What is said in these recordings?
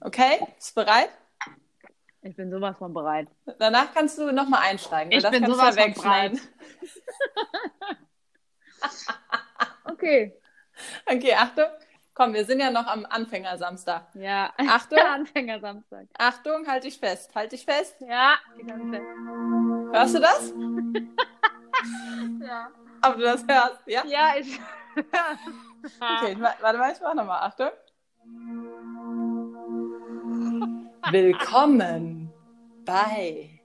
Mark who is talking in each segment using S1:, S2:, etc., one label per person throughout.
S1: Okay, bist du bereit?
S2: Ich bin sowas von bereit.
S1: Danach kannst du nochmal einsteigen. weil
S2: Ich bin
S1: kannst du
S2: sowas
S1: ja
S2: von
S1: wegschneiden.
S2: Okay.
S1: Okay, Achtung. Komm, wir sind ja noch am Anfängersamstag.
S2: Ja.
S1: Achtung,
S2: Der Anfänger Samstag.
S1: Achtung, halt dich fest, halt dich fest.
S2: Ja. Die ganze
S1: Hörst du das?
S2: ja.
S1: Ob du das hörst, ja? Ah.
S2: ja, ich.
S1: Okay, wa- warte mal, ich mach nochmal. Achtung. Willkommen bei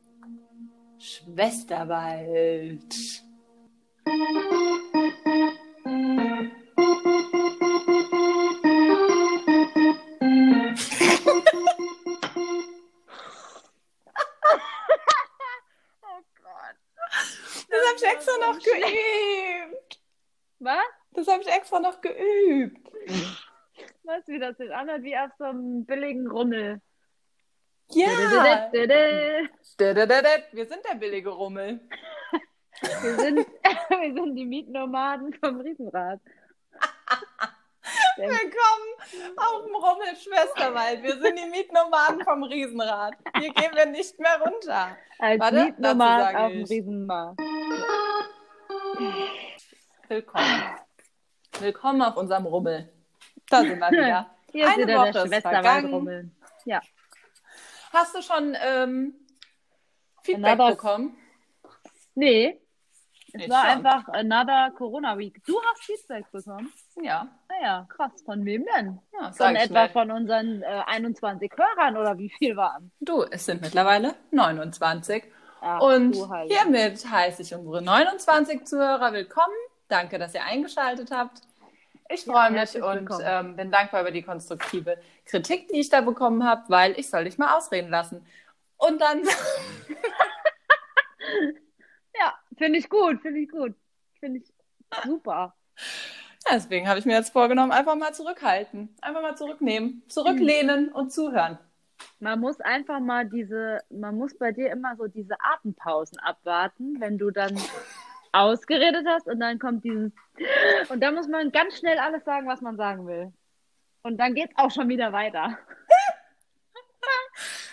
S1: Schwesterwald.
S2: Oh Gott.
S1: Das habe ich extra noch geübt.
S2: Was?
S1: Das habe ich extra noch geübt.
S2: Was, wie das sich anhört, wie auf so einem billigen Rummel.
S1: Ja.
S2: Dä-dä-dä-dä-dä.
S1: Dä-dä-dä-dä. Wir sind der billige Rummel.
S2: Wir sind, wir sind die Mietnomaden vom Riesenrad. Der
S1: Willkommen auf dem Rummel Schwesterwald. Wir sind die Mietnomaden vom Riesenrad. Hier gehen wir nicht mehr runter.
S2: Als
S1: Warte, dazu
S2: Mietnomad
S1: sage
S2: auf dem
S1: ich.
S2: Riesenmarkt.
S1: Willkommen. Willkommen auf unserem Rummel. Da sind wir wieder.
S2: Hier ist
S1: Eine
S2: wieder
S1: Woche
S2: der
S1: ist vergangen.
S2: Schwesterwaldrummel.
S1: Hast du schon ähm, Feedback
S2: Another-
S1: bekommen?
S2: Nee, es
S1: Ich
S2: war
S1: schon.
S2: einfach another Corona Week. Du hast Feedback bekommen.
S1: Ja.
S2: Naja, krass. Von wem denn?
S1: ja sag
S2: Von
S1: ich
S2: etwa
S1: schnell.
S2: von unseren äh, 21 Hörern oder wie viel waren?
S1: Du, es sind mittlerweile 29.
S2: Ach,
S1: Und
S2: du halt. Heilige.
S1: hiermit heiße ich unsere 29 Zuhörer willkommen. Danke, dass ihr eingeschaltet habt. Ich freue mich
S2: herzlich
S1: und
S2: willkommen.
S1: ähm, bin dankbar über die konstruktive Kritik, die ich da bekommen habe, weil ich soll dich mal ausreden lassen. Und dann,
S2: Ja, finde ich gut, finde ich gut. Finde ich super.
S1: deswegen habe ich mir jetzt vorgenommen, einfach mal zurückhalten, einfach mal zurücknehmen, zurücklehnen und zuhören.
S2: Man muss einfach mal diese, man muss bei dir immer so diese Atempausen abwarten, wenn du dann ausgeredet hast und dann kommt dieses und dann muss man ganz schnell alles sagen, was man sagen will. Und dann geht's auch schon wieder weiter.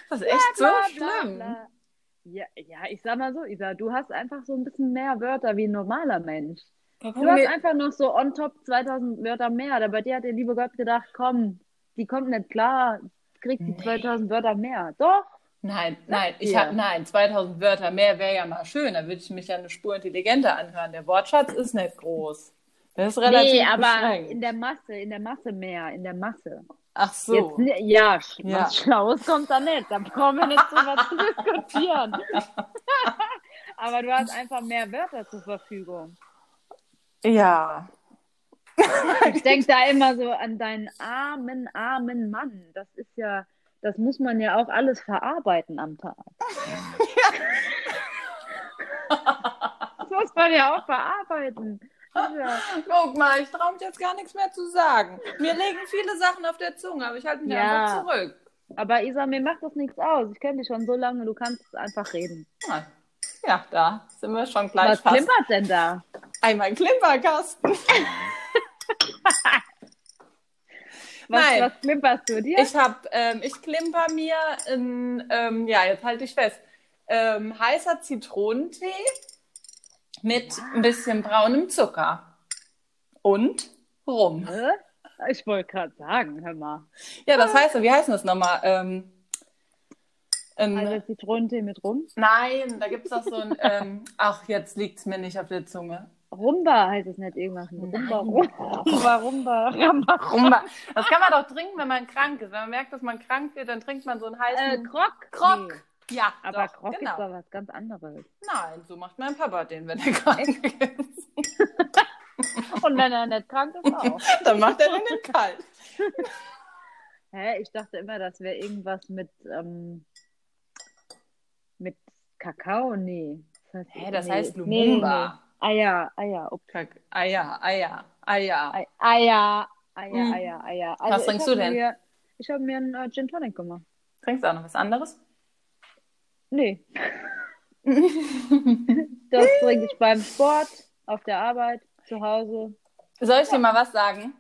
S1: Das ist echt so
S2: Bla, bla,
S1: schlimm.
S2: bla. Ja, ja, ich sag mal so, Isa, du hast einfach so ein bisschen mehr Wörter wie ein normaler Mensch. Du hast
S1: Mir,
S2: einfach noch so on top 2000 Wörter mehr. Aber bei dir hat der liebe Gott gedacht, komm, die kommt nicht klar, kriegt die
S1: Nee.
S2: 2000 Wörter mehr. Doch, Ne?
S1: nein, nein, ich
S2: dir.
S1: habe nein, 2000 Wörter mehr wäre ja mal schön, da würde ich mich ja eine Spur intelligenter anhören. Der Wortschatz ist nicht groß. Das ist relativ
S2: nee, aber
S1: beschränkt.
S2: in der Masse, in der Masse mehr, in der Masse.
S1: Ach so.
S2: Jetzt, ne- ja, sch
S1: Ja.
S2: was Schlaues kommt da nicht. Da brauchen wir nicht drüber zu diskutieren. aber du hast einfach mehr Wörter zur Verfügung.
S1: Ja.
S2: Ich denke da immer so an deinen armen, armen Mann. Das ist ja, das muss man ja auch alles verarbeiten am Tag. Das muss man ja auch verarbeiten. Das ist Ja,
S1: Guck mal, ich traue mich jetzt gar nichts mehr zu sagen. Mir liegen viele Sachen auf der Zunge, aber ich halte mich
S2: Ja.
S1: einfach zurück.
S2: aber Isa, mir macht das nichts aus. Ich kenne dich schon so lange, du kannst einfach reden.
S1: Ah, Ja, da sind wir schon gleich
S2: Was
S1: fast.
S2: klimpert denn da?
S1: Einmal Klimperkasten.
S2: Was,
S1: Nein.
S2: was klimperst du dir?
S1: Ich hab, ähm, ich klimper mir in, ähm, ja, jetzt halte ich fest, ähm, heißer Zitronentee mit ein bisschen braunem Zucker und Rum.
S2: Hä? ich wollte gerade sagen, hör mal.
S1: Ja, das heißt, wie heißt denn das nochmal? Ähm, ein-
S2: Also Zitronentee mit Rum.
S1: Nein, da gibt es doch so ein. Ähm, ach, jetzt liegt es mir nicht auf der Zunge.
S2: Rumba heißt es nicht irgendwas. mit Rumba, Rumba, Rumba, Rumba.
S1: Rumba. Das kann man doch trinken, wenn man krank ist. Wenn man merkt, dass man krank wird, dann trinkt man so einen
S2: Äh,
S1: heißen
S2: Krog. Nee.
S1: Krog. Äh, Ja,
S2: Aber
S1: doch,
S2: Krog ist
S1: genau.
S2: doch was ganz anderes.
S1: Nein, so macht mein Papa den, wenn er krank ist.
S2: Und wenn er nicht krank ist, auch.
S1: dann macht er den in kalt.
S2: Hä, ich dachte immer, das wäre irgendwas mit, ähm, mit Kakao. Nee. Das heißt,
S1: Hä, das heißt Lumumba.
S2: nee. Eier, Eier, ob,
S1: Kack. Ah Eier, Eier, Eier.
S2: Ei- Eier, Eier,
S1: Mhm.
S2: Eier, Eier. Also,
S1: Was trinkst
S2: ich hab
S1: du denn?
S2: Mir, ich habe mir einen äh, Gin Tonic gemacht.
S1: Trinkst du auch noch was anderes?
S2: Nee. das trinke ich beim Sport, auf der Arbeit, zu Hause.
S1: Soll ich dir mal was sagen?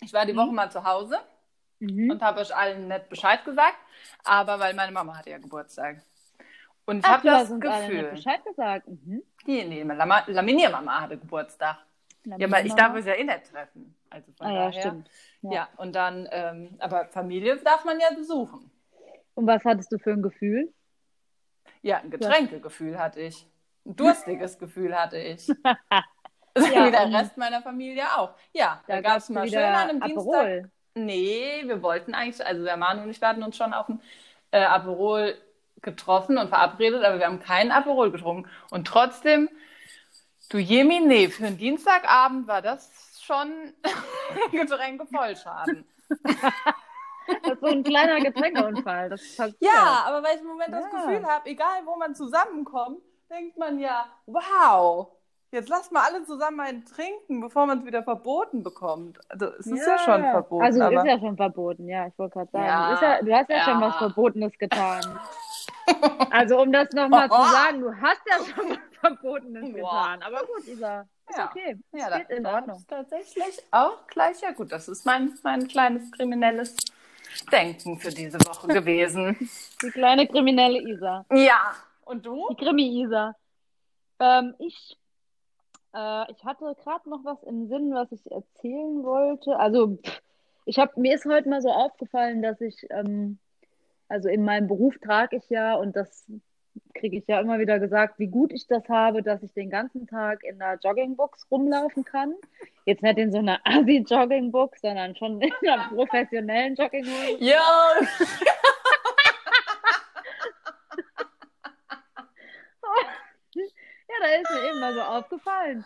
S1: Ich war die Woche mal zu Hause
S2: Mhm.
S1: und habe euch allen nett Bescheid gesagt, aber weil meine Mama hatte ja Geburtstag. Und ich
S2: Ach,
S1: habe
S2: du
S1: das
S2: hast uns alle nicht
S1: Gefühl,
S2: Bescheid gesagt. Mhm.
S1: die, nee, Lama- Laminiermama hatte Geburtstag. Ja, weil ich darf es ja eh nicht treffen. Also von
S2: Ah ja,
S1: daher.
S2: stimmt.
S1: Ja.
S2: Ja.
S1: und dann, ähm, aber Familie darf man ja besuchen.
S2: Und was hattest du für ein Gefühl?
S1: Ja, ein Getränkegefühl hatte ich. Ein durstiges Gefühl hatte ich.
S2: Ja,
S1: Wie der
S2: und-
S1: Rest meiner Familie auch. Ja, da, gab es
S2: gab's
S1: mal
S2: wieder
S1: schön an einem Dienstag.
S2: Aperol.
S1: Nee, wir wollten eigentlich, also der Manu und ich wir hatten uns schon auf ein äh, Aperol getroffen und verabredet, aber wir haben keinen Aperol getrunken. Und trotzdem, du Jemine, für einen Dienstagabend war das schon Getränke Vollschaden.
S2: Das ist so ein kleiner Getränkeunfall. Das ist halt-
S1: Ja, aber weil ich im Moment das
S2: Ja.
S1: Gefühl habe, egal wo man zusammenkommt, denkt man ja, wow, jetzt lasst mal alle zusammen einen trinken, bevor man es wieder verboten bekommt. Also es ist ja, schon verboten.
S2: Also
S1: aber...
S2: ist ja schon verboten, ja, ich wollte gerade sagen.
S1: Ja.
S2: Ist ja, du hast ja,
S1: Ja.
S2: schon was Verbotenes getan. Also um das nochmal
S1: Oh.
S2: zu sagen, du hast ja schon was Verbotenes
S1: Boah.
S2: getan. Aber gut, Isa, ist
S1: Ja.
S2: okay.
S1: Ja,
S2: Geht in
S1: da
S2: Ordnung.
S1: ist tatsächlich auch gleich. Ja, gut, das ist mein, mein kleines kriminelles Denken für diese Woche gewesen.
S2: Die kleine kriminelle Isa.
S1: ja. Und du?
S2: Die Krimi-Isa. Ähm, ich, äh, ich hatte gerade noch was im Sinn, was ich erzählen wollte. Also, pff, ich hab, mir ist heute mal so aufgefallen, dass ich, ähm, also in meinem Beruf trage ich ja und das kriege ich ja immer wieder gesagt, wie gut ich das habe, dass ich den ganzen Tag in einer Joggingbox rumlaufen kann. Jetzt nicht in so einer Assi-Joggingbox, sondern schon in einer professionellen Jogginghose.
S1: Jo.
S2: Ja, da ist mir eben mal so aufgefallen,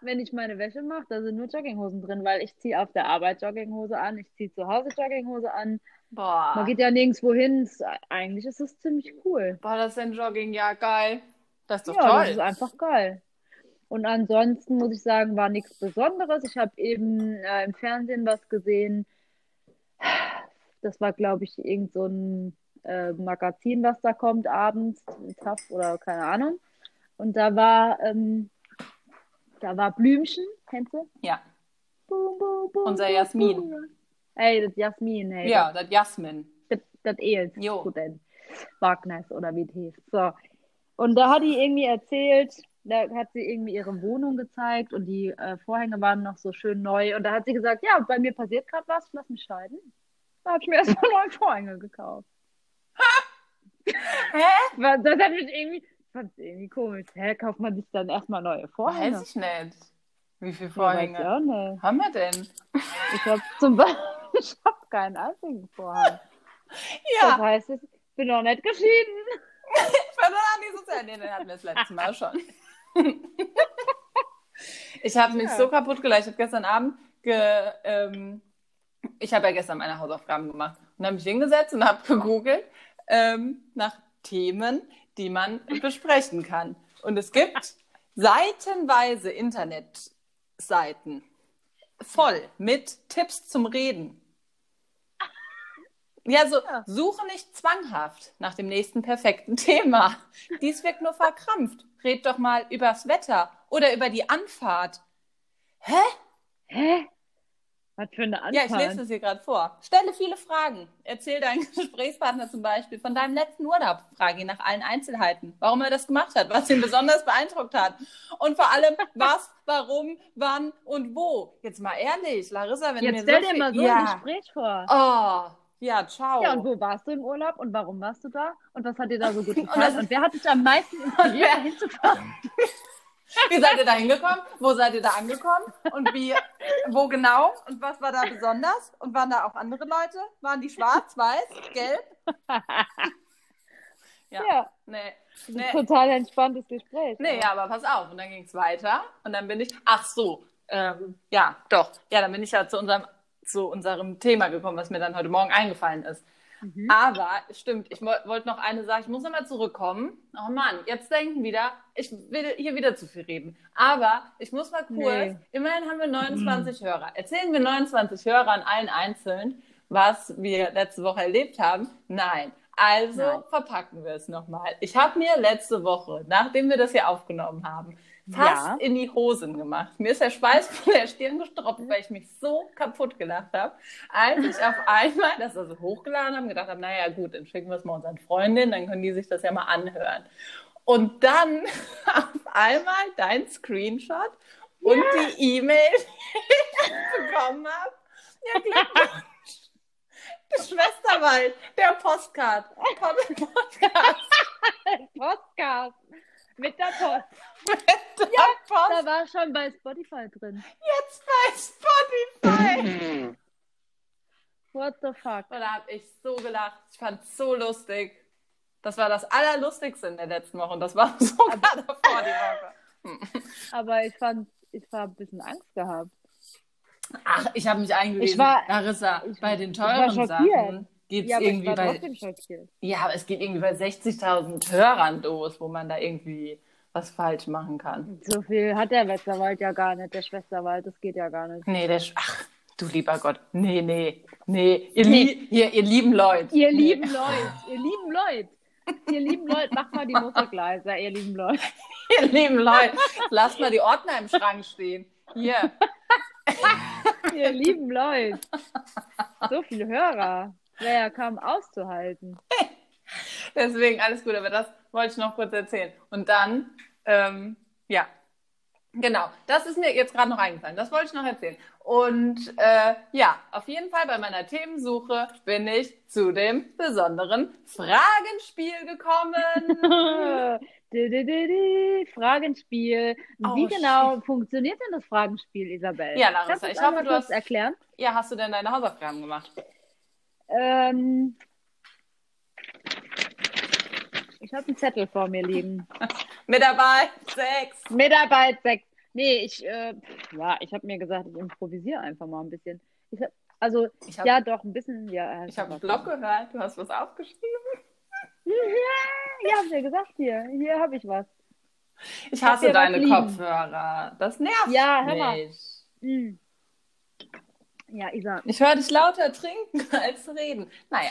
S2: wenn ich meine Wäsche mache, da sind nur Jogginghosen drin, weil ich ziehe auf der Arbeit Jogginghose an, ich ziehe zu Hause Jogginghose an. Man
S1: Boah.
S2: geht ja nirgendwo hin. Es- Eigentlich ist es ziemlich cool.
S1: Boah, das ist ein Jogging, ja, geil. Das ist doch
S2: ja, das ist
S1: toll.
S2: einfach geil. Und ansonsten muss ich sagen, war nichts Besonderes. Ich habe eben äh, im Fernsehen was gesehen. Das war, glaube ich, irgend so ein äh, Magazin, was da kommt abends, TAF oder keine Ahnung. Und da war, ähm, da war Blümchen, kennst du?
S1: Ja.
S2: Bum, bum, bum,
S1: Unser
S2: bum,
S1: Jasmin.
S2: bum. Ey, das Jasmin, hey.
S1: Ja, das Jasmin.
S2: Das, das Ehels.
S1: Jo.
S2: Gut, denn. Wagners oder wie die hieß. So. Und da hat die irgendwie erzählt, da hat sie irgendwie ihre Wohnung gezeigt und die äh, Vorhänge waren noch so schön neu. Und da hat sie gesagt, ja, bei mir passiert gerade was, lass mich scheiden. Da hab ich mir erstmal neue Vorhänge gekauft. Hä? Weil Das hat mich irgendwie, fand irgendwie komisch. Hä, kauft man sich dann erstmal neue Vorhänge?
S1: Weiß ich nicht. Wie viele
S2: Ja, weiß
S1: Vorhänge
S2: ich auch nicht.
S1: haben wir denn?
S2: Ich habe zum Beispiel ich hab keinen einzigen Vorhang. Das
S1: Ja,
S2: heißt, ich bin noch nicht geschieden.
S1: verdammt, dieses Jahr. Nee, den hatten wir das letzte Mal schon. ich habe mich
S2: Ja.
S1: so kaputt gelacht. Ich habe gestern Abend, ge, ähm, ich habe ja gestern meine Hausaufgaben gemacht und habe mich hingesetzt und habe gegoogelt ähm, nach Themen, die man besprechen kann. Und es gibt seitenweise Internetseiten voll mit Tipps zum Reden. Ja, so
S2: Ja.
S1: suche nicht zwanghaft nach dem nächsten perfekten Thema. Dies wirkt nur verkrampft. Red doch mal übers Wetter oder über die Anfahrt. Hä?
S2: Hä? Was für eine
S1: Ja, ich
S2: Anfang.
S1: lese es hier gerade vor. Stelle viele Fragen. Erzähl deinem Gesprächspartner zum Beispiel von deinem letzten Urlaub. Frage ihn nach allen Einzelheiten. Warum er das gemacht hat, was ihn besonders beeindruckt hat. Und vor allem, was, warum, wann und wo. Jetzt mal ehrlich, Larissa, wenn
S2: Jetzt
S1: du mir
S2: stell dir
S1: viel-
S2: mal so ein
S1: ja.
S2: Gespräch vor.
S1: Oh, ja, ciao.
S2: Ja, und wo warst du im Urlaub und warum warst du da? Und was hat dir da so gut
S1: das-
S2: gefallen? Und, wer hat dich am meisten inspiriert, da hinzufahren?
S1: Wie seid ihr da hingekommen? Wo seid ihr da angekommen? Und wie, wo genau? Und was war da besonders? Und waren da auch andere Leute? Waren die schwarz, weiß, gelb? Ja.
S2: Ja,
S1: Nee.
S2: das ist
S1: Nee.
S2: ein total entspanntes Gespräch.
S1: Nee, ja, aber pass auf. Und dann ging es weiter. Und dann bin ich, ach so, ähm, ja, doch. Ja, dann bin ich ja zu unserem, zu unserem Thema gekommen, was mir dann heute Morgen eingefallen ist.
S2: Mhm.
S1: Aber, stimmt, ich woll- wollte noch eine sagen, ich muss nochmal zurückkommen. Oh Mann, jetzt denken wieder, ich will hier wieder zu viel reden. Aber ich muss mal kurz,
S2: Nee. Mhm.
S1: immerhin haben wir 29 Hörer. Erzählen wir 29 Hörern allen einzeln, was wir letzte Woche erlebt haben? Nein. Also
S2: Nein.
S1: verpacken wir es nochmal. Ich habe mir letzte Woche, nachdem wir das hier aufgenommen haben, fast
S2: Ja.
S1: in die Hosen gemacht. Mir ist der Schweiß von der Stirn
S2: Mhm.
S1: gestropft, weil ich mich so kaputt gelacht habe, als ich auf einmal das also hochgeladen habe und gedacht habe, naja gut, dann schicken wir es mal unseren Freundinnen, dann können die sich das ja mal anhören. Und dann auf einmal dein Screenshot und die E-Mail, die ich bekommen habe. Ja, Glückwunsch. Schwesterwald, halt der Postcard. Pod- Podcast.
S2: Podcast. Mit der Post.
S1: Der
S2: Da
S1: Post
S2: war schon bei Spotify drin.
S1: jetzt bei Spotify.
S2: What the fuck?
S1: Und da habe ich so gelacht. Ich fand es so lustig. Das war das Allerlustigste in der letzten Woche und das war sogar davor die Woche.
S2: Aber ich fand, ich war ein bisschen Angst gehabt.
S1: Ach, ich habe mich eingelesen.
S2: Ich war-
S1: Larissa,
S2: ich-
S1: bei den
S2: ich war
S1: teuren
S2: schockiert.
S1: Sachen geht es
S2: Ja, aber ich
S1: irgendwie
S2: war
S1: bei
S2: trotzdem schockiert.
S1: Ja, aber es geht irgendwie bei 60.000 Hörern los, wo man da irgendwie was falsch machen kann.
S2: So viel hat der Westerwald ja gar nicht, der Schwesterwald, das geht ja gar nicht.
S1: Nee, der Sch Ach, du lieber Gott. Nee, nee, nee. Ihr, Lie ihr, ihr lieben Leute.
S2: Ihr
S1: nee.
S2: lieben Leute, ihr lieben Leute, ihr lieben Leute, macht mal die Musik leiser, ihr lieben Leute.
S1: Ihr lieben Leute. Lasst mal die Ordner im Schrank stehen. Hier.
S2: Ihr lieben Leute. So viele Hörer. Wäre ja kaum auszuhalten.
S1: Deswegen alles gut, aber das wollte ich noch kurz erzählen. Und dann, ähm, ja, genau, das ist mir jetzt gerade noch eingefallen. Das wollte ich noch erzählen. Und äh, ja, auf jeden Fall bei meiner Themensuche bin ich zu dem besonderen Fragenspiel gekommen.
S2: Äh, Di, di, di, di. Fragenspiel.
S1: Oh,
S2: Wie genau funktioniert denn das Fragenspiel, Isabel?
S1: Ja, Larissa,
S2: Kannst du
S1: ich
S2: es einmal
S1: hoffe, du
S2: kurz
S1: hast-
S2: erklären.
S1: ja, hast du denn deine Hausaufgaben gemacht?
S2: Ähm, ich habe einen Zettel vor mir liegen.
S1: Mit dabei sechs.
S2: Mitarbeit sechs. Nee, ich, äh, pf, ja, ich habe mir gesagt, ich improvisiere einfach mal ein bisschen. Ich hab, also,
S1: Ich habe
S2: ja, doch, ein bisschen, ja.
S1: ich hab einen Blog gehört, du hast was aufgeschrieben.
S2: Ja, hab ich ja gesagt, hier, hier habe ich was.
S1: Ich
S2: hab
S1: hasse
S2: hier was
S1: deine
S2: liegen.
S1: Kopfhörer. Das nervt
S2: Ja, hör mal.
S1: mich.
S2: Hm. Ja, Isa,
S1: Ich höre dich lauter trinken als reden. Naja.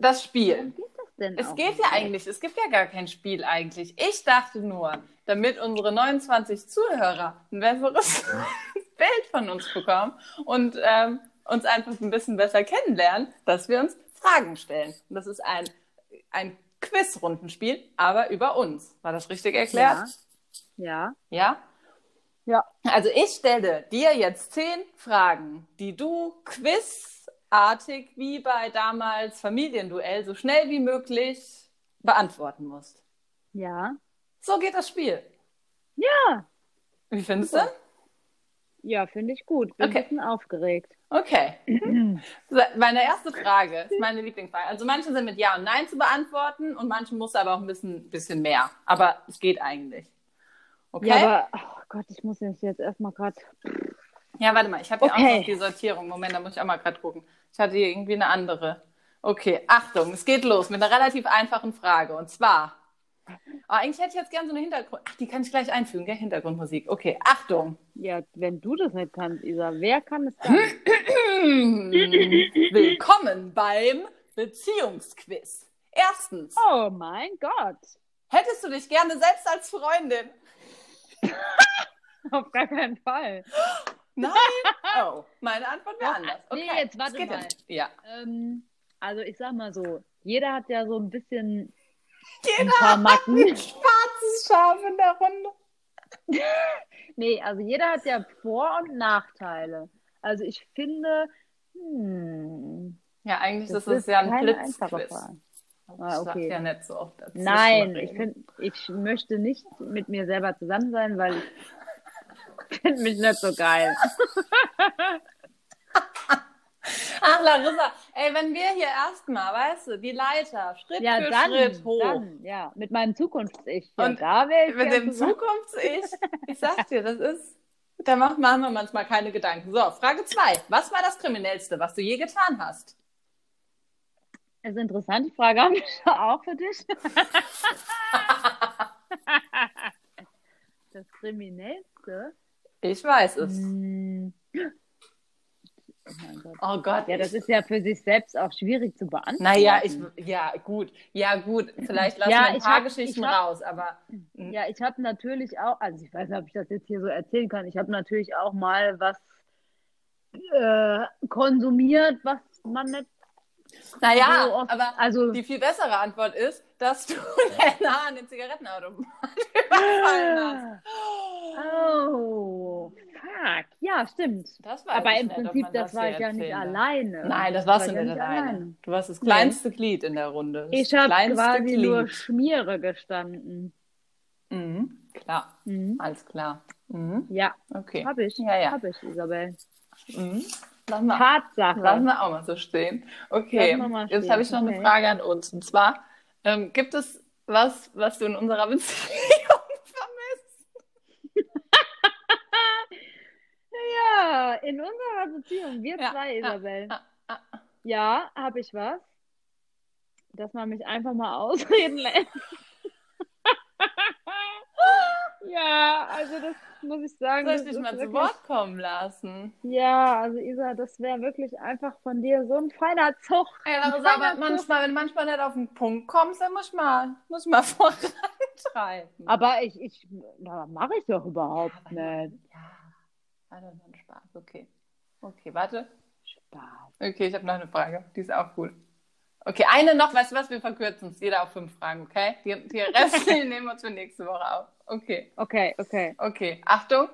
S1: Das Spiel.
S2: wie geht das denn?
S1: Es
S2: auch?
S1: geht ja eigentlich, es gibt ja gar kein Spiel eigentlich. Ich dachte nur, damit unsere 29 Zuhörer ein besseres Bild von uns bekommen und ähm, uns einfach ein bisschen besser kennenlernen, dass wir uns Fragen stellen. Und das ist ein, ein Quiz-Rundenspiel, aber über uns. War das richtig erklärt?
S2: Ja.
S1: Ja?
S2: Ja.
S1: Also ich stelle dir jetzt zehn Fragen, die du quizartig wie bei damals Familienduell so schnell wie möglich beantworten musst.
S2: Ja.
S1: So geht das Spiel.
S2: Ja.
S1: Wie findest
S2: Super. Ja, finde ich gut. Bin
S1: Okay.
S2: ein bisschen aufgeregt.
S1: du? Okay. So, Meine erste Frage ist meine Lieblingsfrage. Also manche sind mit Ja und Nein zu beantworten und manche muss aber auch ein bisschen, bisschen mehr. Aber es geht eigentlich. Okay.
S2: Ja, aber, oh Gott, ich muss mich jetzt erstmal gerade.
S1: Ja, warte mal, ich habe ja
S2: Okay.
S1: auch noch die Sortierung. Moment, da muss ich auch mal gerade gucken. Ich hatte hier irgendwie eine andere. Okay, Achtung, es geht los mit einer relativ einfachen Frage. Und zwar, oh, eigentlich hätte ich jetzt gerne so eine Hintergrund. Ach, die kann ich gleich einfügen, gell? Hintergrundmusik. Okay, Achtung.
S2: Ja, wenn du das nicht kannst, Isa, wer kann es dann?
S1: Hm? Willkommen beim Beziehungsquiz. Erstens,
S2: Oh mein Gott.
S1: hättest du dich gerne selbst als Freundin?
S2: Auf gar keinen Fall.
S1: Nein? Oh, meine Antwort wäre
S2: Doch,
S1: anders.
S2: Ah. nee,
S1: Okay.
S2: jetzt
S1: es
S2: warte
S1: geht
S2: mal.
S1: ja nicht. Ja.
S2: Ähm, also ich sag mal so, jeder hat ja so ein bisschen ein paar Macken.
S1: Schwarzes Schaf in der Runde.
S2: Nee, also jeder hat ja Vor- und Nachteile. Also ich finde, hm,
S1: Ja, eigentlich ist es ja ein
S2: keine
S1: Blitzquiz.
S2: Frage.
S1: Das
S2: Ah, okay.
S1: sagt ja nicht so oft. dazu.
S2: Nein,
S1: Das
S2: ich,
S1: ist
S2: find, ich möchte nicht mit mir selber zusammen sein, weil ich finde mich nicht so geil.
S1: Ach, Larissa, ey, wenn wir hier erstmal, weißt du, die Leiter, Schritt
S2: Ja,
S1: für
S2: dann,
S1: Schritt hoch.
S2: dann, ja, mit meinem Zukunfts-Ich. Ja,
S1: Und
S2: da wäre ich
S1: Mit
S2: gern
S1: dem
S2: zusammen.
S1: Zukunfts-Ich, ich sag dir, das ist, da mach- machen wir manchmal keine Gedanken. So, Frage 2. Was war das Kriminellste, was du je getan hast?
S2: Das ist eine Also interessante Frage, haben wir auch für dich. Das Kriminellste?
S1: Ich weiß es.
S2: Hm. Oh mein Gott.
S1: Oh Gott.
S2: Ja, das ist ja für sich selbst auch schwierig zu beantworten.
S1: Naja, ich, ja, gut. Ja, gut. Vielleicht lassen
S2: Ja,
S1: wir ein
S2: ich
S1: paar
S2: hab-
S1: Geschichten
S2: ich hab-
S1: raus, aber
S2: Ja, ich habe natürlich auch, also ich weiß nicht, ob ich das jetzt hier so erzählen kann, ich habe natürlich auch mal was äh, konsumiert, was man nicht
S1: naja,
S2: so oft,
S1: aber
S2: also
S1: die viel bessere Antwort ist, dass du Lena an den Zigarettenautomaten überfallen hast.
S2: Ah. Oh, fuck. Ja, stimmt.
S1: Das weiß
S2: Aber
S1: ich
S2: im
S1: nicht, ob
S2: Prinzip,
S1: man
S2: das
S1: so
S2: war ich ja
S1: erzählen
S2: nicht
S1: darf.
S2: alleine.
S1: Nein, das
S2: war
S1: warst du
S2: ich
S1: nicht
S2: ja
S1: alleine. Du warst das
S2: Nee.
S1: kleinste Glied in der Runde. Das
S2: Ich habe
S1: kleinste
S2: quasi
S1: Glied.
S2: nur Schmiere gestanden.
S1: Mhm. Klar,
S2: Mhm.
S1: alles klar. Mhm.
S2: Ja,
S1: Okay.
S2: habe ich.
S1: Ja, ja.
S2: Habe ich, Isabel.
S1: Mhm. Lass mal
S2: Tatsache.
S1: Lassen wir auch mal so stehen. Okay,
S2: Lassen wir mal
S1: jetzt
S2: stehen,
S1: habe ich noch eine
S2: okay.
S1: Frage an uns. Und zwar, ähm, gibt es was, was du in unserer Beziehung vermisst?
S2: Ja, in unserer Beziehung, wir
S1: Ja,
S2: zwei,
S1: ja,
S2: Isabel.
S1: ja, ja.
S2: Ja, habe ich was? Dass man mich einfach mal ausreden lässt. ja, also das muss ich sagen.
S1: Soll
S2: das
S1: ich dich
S2: ist
S1: mal zu
S2: wirklich-
S1: Wort kommen lassen?
S2: Ja, also Isa, das wäre wirklich einfach von dir so ein feiner Zug.
S1: Ah Ja,
S2: Ein
S1: Larissa, aber
S2: feiner Zug.
S1: manchmal, wenn du manchmal nicht auf den Punkt kommst, dann muss ich mal, muss ich mal vorantreiben.
S2: Aber ich, ich, na, mache ich doch überhaupt
S1: Ja,
S2: nicht.
S1: Warte, dann Spaß. Okay. Okay, warte.
S2: Spaß.
S1: Okay, ich habe noch eine Frage. Die ist auch cool. Okay, eine noch. Weißt du was? Wir verkürzen es. Jeder auf fünf Fragen, okay? Die, die restlichen nehmen wir uns für nächste Woche auf. Okay,
S2: Okay, okay.
S1: okay. Achtung.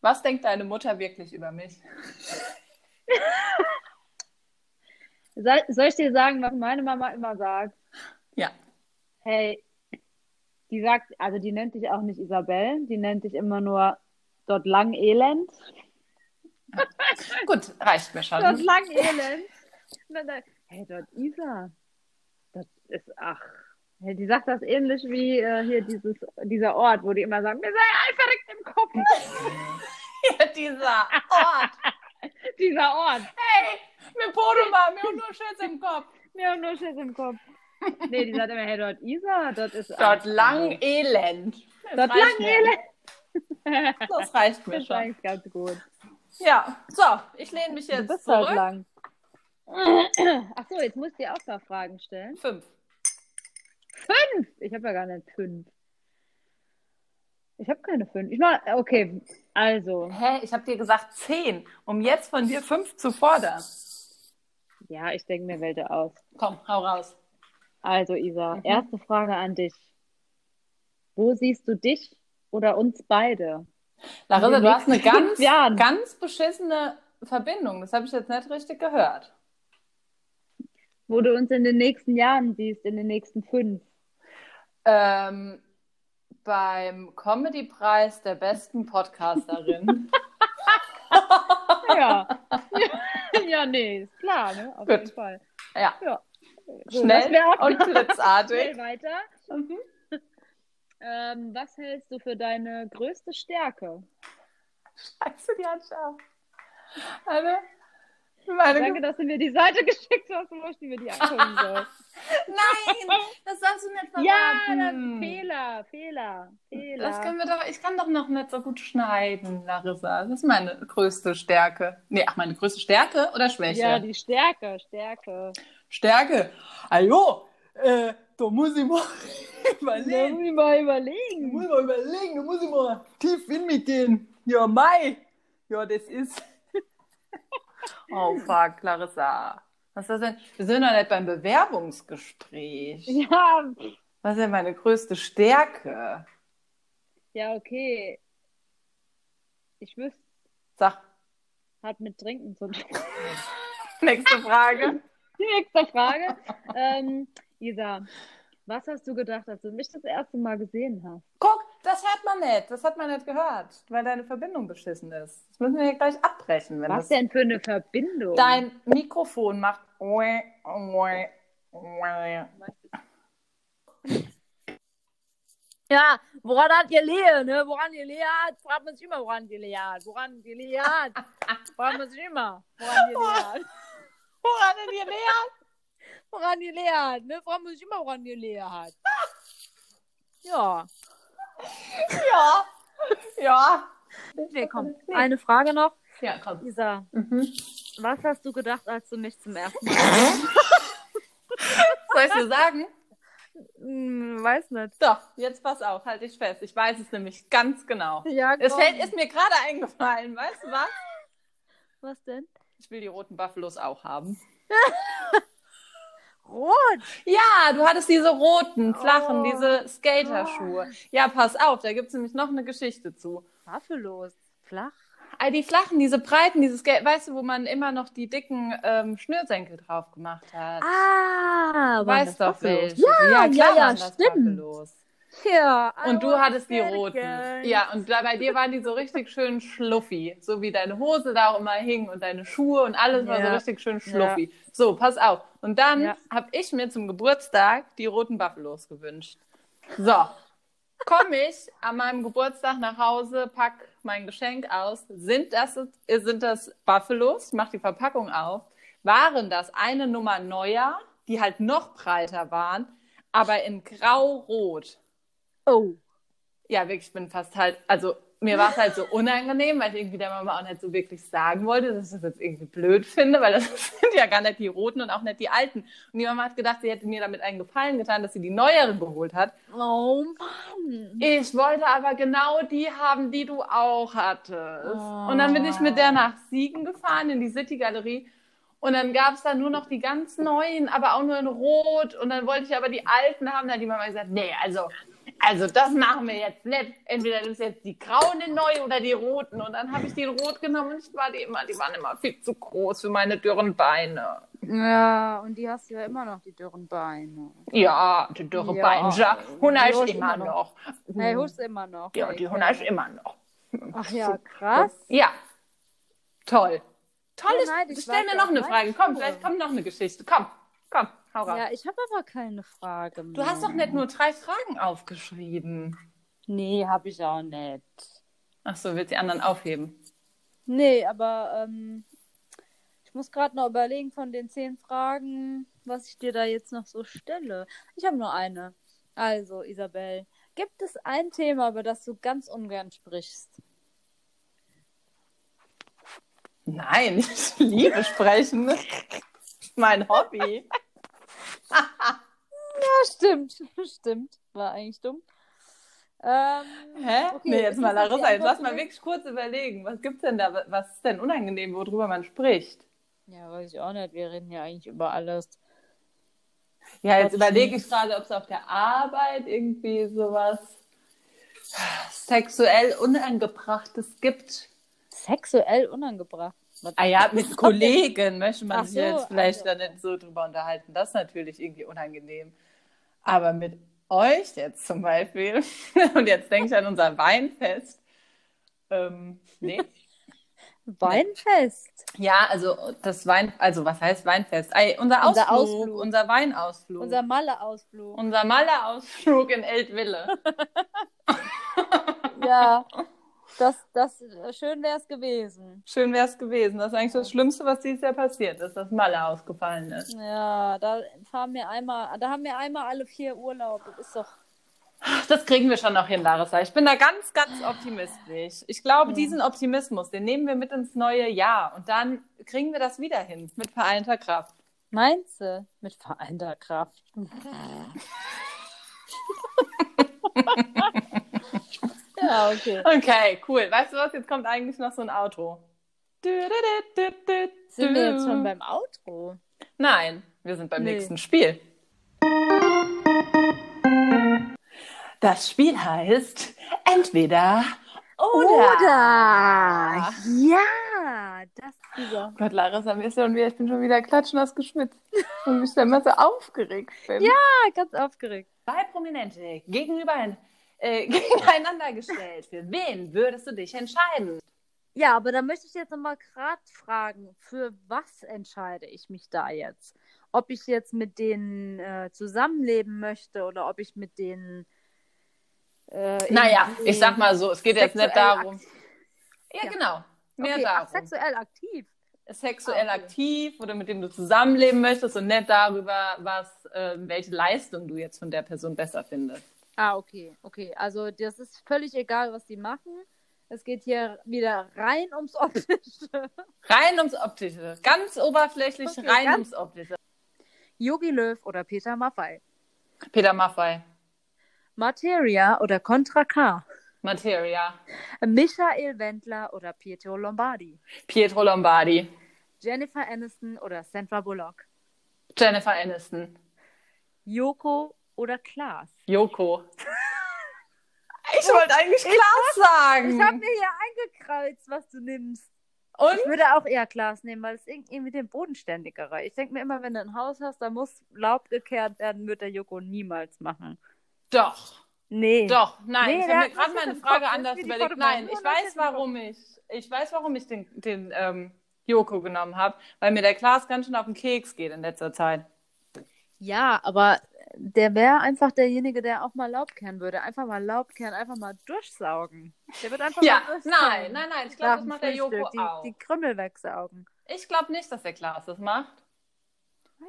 S1: Was denkt deine Mutter wirklich über mich?
S2: Soll, soll ich dir sagen, was meine Mama immer sagt?
S1: Ja.
S2: Hey, die sagt, also die nennt dich auch nicht Isabel, die nennt dich immer nur dort lang Elend.
S1: Gut, reicht mir
S2: Dort
S1: schon.
S2: lang Elend. Und dann sagt, hey, dort Isa. Das ist, ach. Hey, die sagt das ähnlich wie äh, hier dieses, dieser Ort, wo die immer sagen, wir seien eiferig im Kopf.
S1: Dieser Ort.
S2: dieser Ort.
S1: Hey, mir Podoma, mir nur Schiss im Kopf.
S2: Mir haben nur Schiss im Kopf. Nee, die sagt immer, hey, dort Isa, dort ist.
S1: Dort lang Elend. Das
S2: Dort
S1: reicht
S2: lang
S1: mir.
S2: Elend.
S1: Das reicht mir
S2: Das ist
S1: schon.
S2: eigentlich ganz gut.
S1: Ja, so, ich lehne mich
S2: Du
S1: jetzt
S2: bist
S1: zurück.
S2: halt lang. Ach so, jetzt muss ich dir auch mal Fragen stellen.
S1: Fünf.
S2: Fünf! Ich habe ja gar nicht fünf. Ich habe keine fünf. Ich mach, okay, also.
S1: Hä, ich habe dir gesagt zehn, um jetzt von dir fünf zu fordern.
S2: Ja, ich denke mir welche aus.
S1: Komm, hau raus.
S2: Also, Isa,
S1: Mhm.
S2: erste Frage an dich. Wo siehst du dich oder uns beide?
S1: Larissa,
S2: In den
S1: du hast eine
S2: nächsten
S1: ganz,
S2: fünf Jahren.
S1: ganz beschissene Verbindung. Das habe ich jetzt nicht richtig gehört.
S2: Wo du uns in den nächsten Jahren siehst, in den nächsten fünf.
S1: Ähm, beim Comedy-Preis der besten Podcasterin.
S2: Ja. ja, nee, ist klar, ne? Auf
S1: Gut.
S2: jeden Fall.
S1: ja,
S2: So, das
S1: schnell
S2: wär auch
S1: und
S2: schnell
S1: blitzartig.
S2: weiter.
S1: Mhm.
S2: Ähm, was hältst du für deine größte Stärke?
S1: Scheiße, die hat scharf. Meine, meine
S2: Danke, dass du mir die Seite geschickt hast, wo ich mir die angucken soll.
S1: Nein, das darfst du nicht verraten.
S2: ja, das ist Fehler, Fehler, Fehler.
S1: hm. Das können wir doch, ich kann doch noch nicht so gut schneiden, Larissa. Das ist meine größte Stärke. Nee, ach, meine größte Stärke oder Schwäche?
S2: ja, die Stärke, Stärke.
S1: Stärke. Ajo, äh, da muss ich mal
S2: Da
S1: überlegen.
S2: muss ich mal
S1: Da
S2: überlegen.
S1: muss ich mal überlegen, da muss ich mal tief in mich gehen. Ja, Mai. Ja, das ist. oh, fuck, Larissa. Was ist das denn? Wir sind doch nicht beim Bewerbungsgespräch.
S2: Ja, pff.
S1: Was ist denn meine größte Stärke?
S2: ja, okay. Ich wüsste,
S1: Sag,
S2: hat mit Trinken zu tun.
S1: nächste Frage.
S2: Die nächste Frage. ähm, Isa, was hast du gedacht, als du mich das erste Mal gesehen hast?
S1: Guck, das hört man nicht. Das hat man nicht gehört, weil deine Verbindung beschissen ist. Das müssen wir hier gleich abbrechen. Wenn das...
S2: Was denn für eine Verbindung?
S1: Dein Mikrofon macht. Ja,
S3: Ja, woran hat ihr Lehe, ne? Woran ihr Lehe hat, fragt man sich immer, woran die Lehe hat. Woran die Lehe hat, fragt man sich immer, woran die Lehe hat. Woran die Lehe hat, ne? Fragt man sich immer, woran die Lehe hat. Ja,
S1: ja.
S3: nee, komm. Eine Frage noch.
S1: Ja, komm.
S3: Isa,
S1: Mhm.
S2: Was hast du gedacht, als du mich zum ersten Mal.
S1: Soll ich dir sagen?
S2: Hm, weiß nicht.
S1: Doch, jetzt pass auf, halt dich fest. Ich weiß es nämlich ganz genau.
S2: Ja,
S1: Es fällt, ist mir gerade eingefallen, weißt du was?
S2: Was denn?
S1: Ich will die roten Buffalos auch haben.
S2: Rot!
S1: Ja, du hattest diese roten, flachen,
S2: Oh.
S1: diese Skaterschuhe.
S3: Oh.
S1: Ja, pass auf, da gibt's nämlich noch eine Geschichte zu.
S2: Waffelos. Flach.
S1: All die flachen, diese breiten, diese Skate, weißt du, wo man immer noch die dicken ähm, Schnürsenkel drauf gemacht hat.
S2: Ah,
S1: Du weißt doch welche.
S3: ja, ja,
S1: waren
S3: stimmt.
S1: Waffelos.
S3: Ja,
S1: Und du hattest die roten.
S3: Ja.
S1: Ja, und da, bei dir waren die so richtig schön schluffi. So wie deine Hose da auch immer hing und deine Schuhe und alles war so
S2: Ja.
S1: richtig schön schluffi. So, pass auf. Und dann
S2: Ja.
S1: habe ich mir zum Geburtstag die roten Buffalos gewünscht. So, komme ich an meinem Geburtstag nach Hause, pack mein Geschenk aus. Sind das, sind das Buffalos? Ich mache die Verpackung auf. Waren das eine Nummer neuer, die halt noch breiter waren, aber in grau-rot?
S3: Oh.
S1: Ja, wirklich, ich bin fast halt, also mir war es halt so unangenehm, weil ich irgendwie der Mama auch nicht so wirklich sagen wollte, dass ich das jetzt irgendwie blöd finde, weil das sind ja gar nicht die roten und auch nicht die alten. Und die Mama hat gedacht, sie hätte mir damit einen Gefallen getan, dass sie die neueren geholt hat.
S3: Oh Mann.
S1: Ich wollte aber genau die haben, die du auch hattest. Und dann bin ich mit
S2: Ah.
S1: der nach Siegen gefahren in die City Galerie. Und dann gab es da nur noch die ganz neuen, aber auch nur in Rot. Und dann wollte ich aber die alten haben. Da hat die Mama gesagt, nee, also, also das machen wir jetzt nicht. Entweder nimmst du jetzt die grauen in neu oder die roten. Und dann habe ich die in Rot genommen und ich war die immer, die waren immer viel zu groß für meine dürren Beine.
S2: Ja, und die hast du ja immer noch, die dürren Beine.
S1: Ja, die dürre
S2: Ja,
S1: Beine. Ja, Huna
S2: die
S1: ist
S2: holst du
S1: immer
S2: immer
S1: noch.
S2: Hey, holst du immer noch.
S1: Hm. Ja,
S2: Hey,
S1: die
S2: cool.
S1: Huna ist immer noch.
S2: Ach ja, krass.
S1: Ja. Toll. Tolles.
S2: Ja, nein, ich
S1: Stell
S2: weiß
S1: mir noch
S2: auch,
S1: eine
S2: weiß
S1: Frage.
S2: ich
S1: Komm,
S2: schon.
S1: vielleicht kommt noch eine Geschichte. Komm, komm, hau raus.
S2: Ja, ich habe aber keine Frage
S1: Du
S2: mehr.
S1: hast doch nicht nur drei Fragen aufgeschrieben.
S2: Nee, habe ich auch nicht.
S1: Ach so, willst die anderen aufheben?
S2: Nee, aber ähm, ich muss gerade noch überlegen von den zehn Fragen, was ich dir da jetzt noch so stelle. Ich habe nur eine. Also, Isabel, gibt es ein Thema, über das du ganz ungern sprichst?
S1: Nein, ich liebe Sprechen. mein Hobby.
S2: Ja, stimmt, stimmt. War eigentlich dumm. Ähm,
S1: Hä?
S2: Okay,
S1: nee, jetzt
S2: ich
S1: mal
S2: muss noch die
S1: Larissa, jetzt
S2: Antwort
S1: lass mal
S2: nehmen.
S1: wirklich kurz überlegen. Was gibt's denn da? Was ist denn unangenehm, worüber man spricht?
S2: ja, weiß ich auch nicht. Wir reden ja eigentlich über alles.
S1: Ja, jetzt
S2: Quatschen.
S1: überlege ich gerade, ob es auf der Arbeit irgendwie sowas sexuell Unangebrachtes gibt.
S2: Sexuell unangebracht. Was-
S1: Ah ja, mit Kollegen möchte man
S2: Ach
S1: sich
S2: so,
S1: jetzt vielleicht
S2: also.
S1: da nicht so drüber unterhalten. Das ist natürlich irgendwie unangenehm. Aber mit euch jetzt zum Beispiel, und jetzt denke ich an unser Weinfest. Ähm, nee.
S2: Weinfest.
S1: Ja, also das Wein, also was heißt Weinfest? Ei, unser Ausflug,
S2: Unser
S1: unser,
S2: Ausflug.
S1: Weinausflug,
S2: Unser Malle-Ausflug.
S1: unser Malle-Ausflug in Eltville.
S2: Ja, das, das äh, schön wäre es gewesen.
S1: Schön wäre es gewesen. Das ist eigentlich das Schlimmste, was dieses Jahr passiert ist, dass Malle ausgefallen ist.
S2: Ja, da fahren wir einmal, da haben wir einmal alle vier Urlaub. Das ist doch.
S1: Das kriegen wir schon noch hin, Larissa. Ich bin da ganz, ganz optimistisch. Ich glaube, diesen Optimismus, den nehmen wir mit ins neue Jahr und dann kriegen wir das wieder hin mit vereinter Kraft.
S2: Meinst du? Mit vereinter Kraft. ja, okay.
S1: Okay, cool. Weißt du was? Jetzt kommt eigentlich noch so ein Auto.
S2: Sind wir jetzt schon beim Outro?
S1: Nein, wir sind beim
S2: Nee.
S1: nächsten Spiel. Das Spiel heißt entweder oder.
S2: Oder! Ja! Das ist dieser.
S1: Oh Gott, Larissa, mir ist ja und wieder, ich bin schon wieder klatschnass geschwitzt und mich dann immer so aufgeregt bin. Ja.
S2: Ah, ganz aufgeregt.
S1: Zwei Prominente gegenüber, äh, gegeneinander gestellt. Für wen würdest du dich entscheiden?
S2: Ja, aber da möchte ich jetzt nochmal gerade fragen, für was entscheide ich mich da jetzt? Ob ich jetzt mit denen äh, zusammenleben möchte oder ob ich mit denen. Äh,
S1: Naja,
S2: irgendwie
S1: ich sag mal so, es geht jetzt
S2: sexuell
S1: nicht darum.
S2: aktiv-
S1: Ja,
S2: Ja.
S1: genau. Mehr
S2: okay,
S1: darum.
S2: ach, sexuell aktiv.
S1: sexuell
S2: Ah, okay.
S1: aktiv oder mit dem du zusammenleben möchtest und nicht darüber, was, äh, welche Leistung du jetzt von der Person besser findest.
S2: Ah, okay, okay. Also, das ist völlig egal, was die machen. Es geht hier wieder rein ums Optische.
S1: Rein ums Optische. Ganz oberflächlich
S2: Okay,
S1: rein
S2: ganz-
S1: ums Optische.
S2: Yogi Löw oder Peter Maffei.
S1: Peter Maffei.
S2: Materia oder Contra K.
S1: Materia.
S2: Michael Wendler oder Pietro Lombardi.
S1: Pietro Lombardi.
S2: Jennifer Aniston oder Sandra Bullock.
S1: Jennifer Aniston.
S2: Joko oder Klaas.
S1: Joko. Ich wollte eigentlich Klaas sagen.
S2: Ich habe mir hier eingekreuzt, was du nimmst.
S1: Und?
S2: Ich würde auch eher Glas nehmen, weil es irgendwie irgendwie den Bodenständigere. Ich denke mir immer, wenn du ein Haus hast, da muss Laub gekehrt werden, wird der Joko niemals machen.
S1: Doch.
S2: Nee.
S1: Doch, nein,
S2: Nee,
S1: ich
S2: der
S1: habe mir
S2: hat
S1: gerade
S2: was
S1: meine
S2: im
S1: Frage
S2: Kopf,
S1: anders
S2: lass mir die
S1: überlegt.
S2: Foto machen.
S1: Nein, ich
S2: Oh, nein,
S1: weiß,
S2: lass mir die
S1: warum ich, ich weiß, warum ich den, den ähm, Joko genommen habe, weil mir der Klaas ganz schön auf den Keks geht in letzter Zeit.
S2: Ja, aber der wäre einfach derjenige, der auch mal Laub kehren würde. Einfach mal Laub kehren, einfach mal durchsaugen. Der wird einfach
S1: Ja,
S2: mal durchsaugen.
S1: nein, nein, nein, ich
S2: Nach
S1: glaube, das
S2: dem
S1: macht der
S2: Frühstück,
S1: Joko
S2: die,
S1: auch.
S2: Die Krümmel wegsaugen.
S1: Ich glaube nicht, dass der Klaas das macht.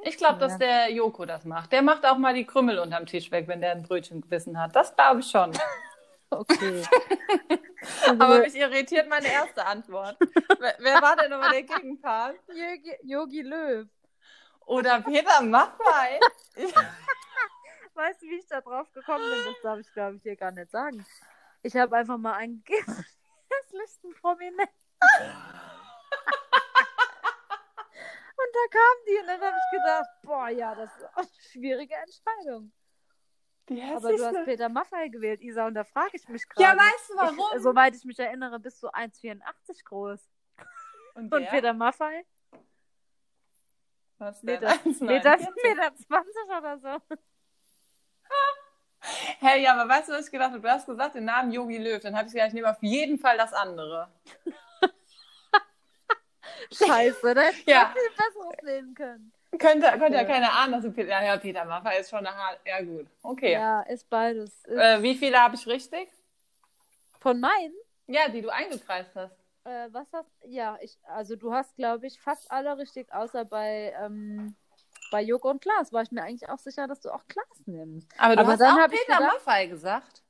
S1: Ich glaube, dass
S2: nicht.
S1: der Joko das macht. Der macht auch mal die Krümmel unterm Tisch weg, wenn der ein Brötchen gebissen hat. Das glaube ich schon.
S2: Okay. Also
S1: Aber mich irritiert meine erste Antwort. wer, wer war denn nochmal der Gegenpart?
S2: Yogi, Yogi Löw.
S1: Oder Peter Maffei?
S2: Weißt du, wie ich da drauf gekommen bin? Das darf ich, glaube ich, dir gar nicht sagen. Ich habe einfach mal eingegeben, das Listen prominent. und da kamen die und dann habe ich gedacht, boah, ja, das ist auch eine schwierige Entscheidung.
S1: Die
S2: Aber du hast Peter Maffay gewählt, Isa, und da frage ich mich gerade. Also,
S1: Ja, weißt du warum?
S2: Ich, soweit ich mich erinnere, bist du 1,84 groß.
S1: Und,
S2: Und
S1: der?
S2: Peter Maffay?
S1: Was denn?
S2: Meter, Meter,
S1: 1,49.
S2: Meter 20 oder so.
S1: Hey, ja, aber weißt du, was ich gedacht habe? Du hast gesagt, den Namen Yogi Löw. Dann habe ich gedacht, ich nehme auf jeden Fall das andere.
S2: Scheiße, da hätte ich
S1: Ja.
S2: ja. viel Besseres nehmen können.
S1: Könnte, könnte ja
S2: Ja.
S1: keiner ahnen, dass du Peter, ja, ja, Peter Maffay ist schon eine Haar. Ja, gut. Okay.
S2: Ja, ist beides. Ist
S1: Äh, wie viele habe ich richtig?
S2: Von meinen?
S1: Ja, die du eingekreist hast.
S2: Äh, was hast Ja, ich, also du hast, glaube ich, fast alle richtig, außer bei, ähm, bei Joko und Klaas. War ich mir eigentlich auch sicher, dass du auch Klaas nimmst.
S1: Aber du
S2: Aber
S1: hast
S2: dann
S1: auch
S2: habe ich
S1: Peter
S2: gedacht-
S1: Maffay gesagt.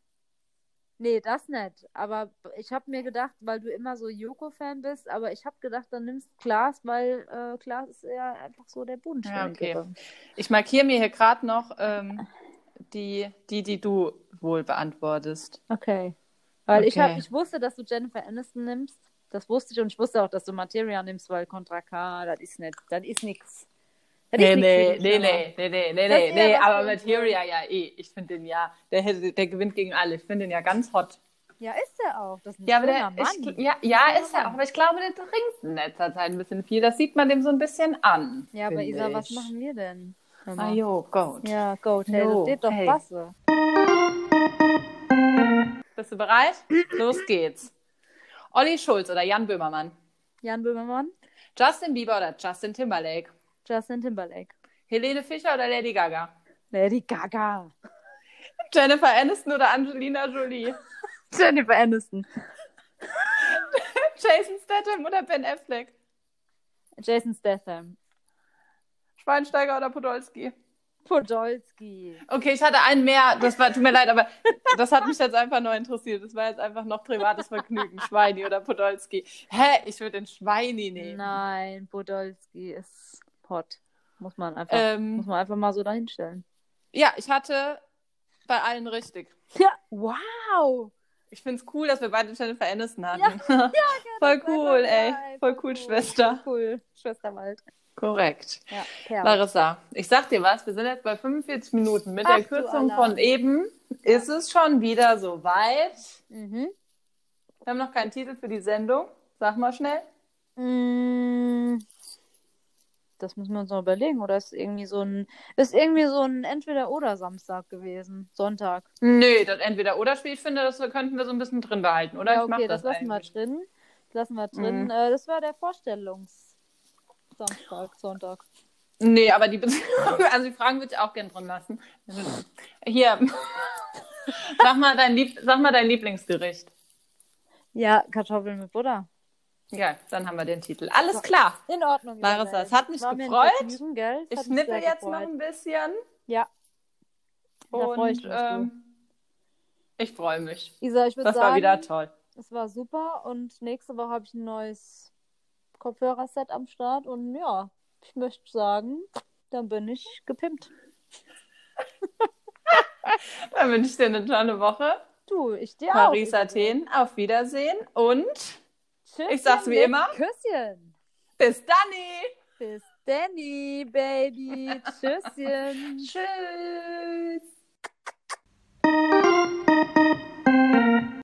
S2: Nee, das nicht. Aber ich habe mir gedacht, weil du immer so Joko-Fan bist, aber ich habe gedacht, dann nimmst du Klaas, weil äh, Klaas ist ja einfach so der Bodenständige.
S1: Ja, Ich markiere mir hier gerade noch ähm, die, die, die du wohl beantwortest.
S2: Okay. Weil ich, hab,
S1: Okay.
S2: ich wusste, dass du Jennifer Aniston nimmst. Das wusste ich und ich wusste auch, dass du Materia nimmst, weil Contra K, das ist nicht, das ist nix. Das
S1: Nee,
S2: ist nix für
S1: nee,
S2: dich,
S1: nee,
S2: aber-
S1: nee, nee, nee, nee,
S2: Das
S1: nee,
S2: ist ja
S1: nee,
S2: was
S1: aber
S2: für uns,
S1: Materia ja eh. Ich finde den ja, der, hätte, der gewinnt gegen alle. Ich finde den ja ganz hot.
S2: Ja, ist er auch. Das ist ein
S1: Ja, aber
S2: schöner
S1: der,
S2: Mann.
S1: ich, ja, ja ist ja auch, aber ich glaube, der trinkt in letzter Zeit ein bisschen viel. Das sieht man dem so ein bisschen an.
S2: ja, aber
S1: finde
S2: Isa, was
S1: ich.
S2: machen wir denn? Hör
S1: Ah,
S2: mal.
S1: jo, gut.
S2: ja, go, hey,
S1: Jo,
S2: das steht doch
S1: hey.
S2: Basse.
S1: Bist du bereit? Los geht's. Olli Schulz oder Jan Böhmermann?
S2: Jan Böhmermann,
S1: Justin Bieber oder Justin Timberlake?
S2: Justin Timberlake,
S1: Helene Fischer oder Lady Gaga?
S2: Lady Gaga,
S1: Jennifer Aniston oder Angelina Jolie?
S2: Jennifer Aniston,
S1: Jason Statham oder Ben Affleck?
S2: Jason Statham,
S1: Schweinsteiger oder Podolski?
S2: Podolski.
S1: Okay, ich hatte einen mehr. Das war, tut mir leid, aber das hat mich jetzt einfach nur interessiert. Das war jetzt einfach noch privates Vergnügen. Schweini oder Podolski. Hä? Ich würde den Schweini nehmen.
S2: Nein, Podolski ist hot. Muss man einfach, muss
S1: Ähm,
S2: man einfach mal so dahinstellen.
S1: ja, ich hatte bei allen richtig.
S2: Ja, wow.
S1: Ich finde es cool, dass wir beide Jennifer Aniston hatten. Voll cool, ey. Voll cool, Schwester.
S2: Cool, Schwester Wald.
S1: Korrekt.
S2: Ja, Perl.
S1: Larissa, ich sag dir was, wir sind jetzt bei 45 Minuten. Mit der
S2: Ach, du
S1: Kürzung
S2: Alarm.
S1: von eben ist es schon wieder soweit.
S2: Mhm.
S1: Wir haben noch keinen Titel für die Sendung. Sag mal schnell.
S2: Mm, Das müssen wir uns noch überlegen, oder ist irgendwie so ein ist irgendwie so ein entweder oder Samstag gewesen, Sonntag.
S1: Nö, das entweder oder Spiel, ich finde, das könnten wir so ein bisschen drin behalten, oder?
S2: ja,
S1: ich mach
S2: okay, das, lassen
S1: eigentlich.
S2: wir drin. Das lassen wir drin.
S1: Mhm.
S2: Äh, das war der Vorstellungs Samstag, Sonntag.
S1: Nee, aber die Beziehung, also die Fragen würde ich auch gern drin lassen. Hier. sag, mal dein Lieb sag mal dein Lieblingsgericht.
S2: Ja, Kartoffeln mit Butter.
S1: Ja, dann haben wir den Titel. Alles klar.
S2: In Ordnung.
S1: Larissa,
S2: Isabel.
S1: es hat mich
S2: War mir ein
S1: gefreut.
S2: Vergnügen, gell? Es
S1: Ich
S2: hat mich
S1: schnippel
S2: sehr
S1: jetzt noch
S2: gefreut.
S1: ein bisschen.
S2: Ja. Da freu
S1: Und
S2: ich mich.
S1: ähm, ich freue mich.
S2: Isa, ich würde
S1: Das
S2: sagen,
S1: war wieder toll.
S2: Es war super und nächste Woche habe ich ein neues Kopfhörerset am Start und ja, ich möchte sagen, dann bin ich gepimpt.
S1: Dann wünsche ich dir eine tolle Woche.
S2: Du, ich dir auch.
S1: Paris, Athen, auf Wiedersehen und
S2: Tschüsschen
S1: ich sag's wie
S2: mit
S1: immer.
S2: Küsschen.
S1: bis dann!
S2: Bis Danny, Baby. Tschüsschen.
S1: Tschüss!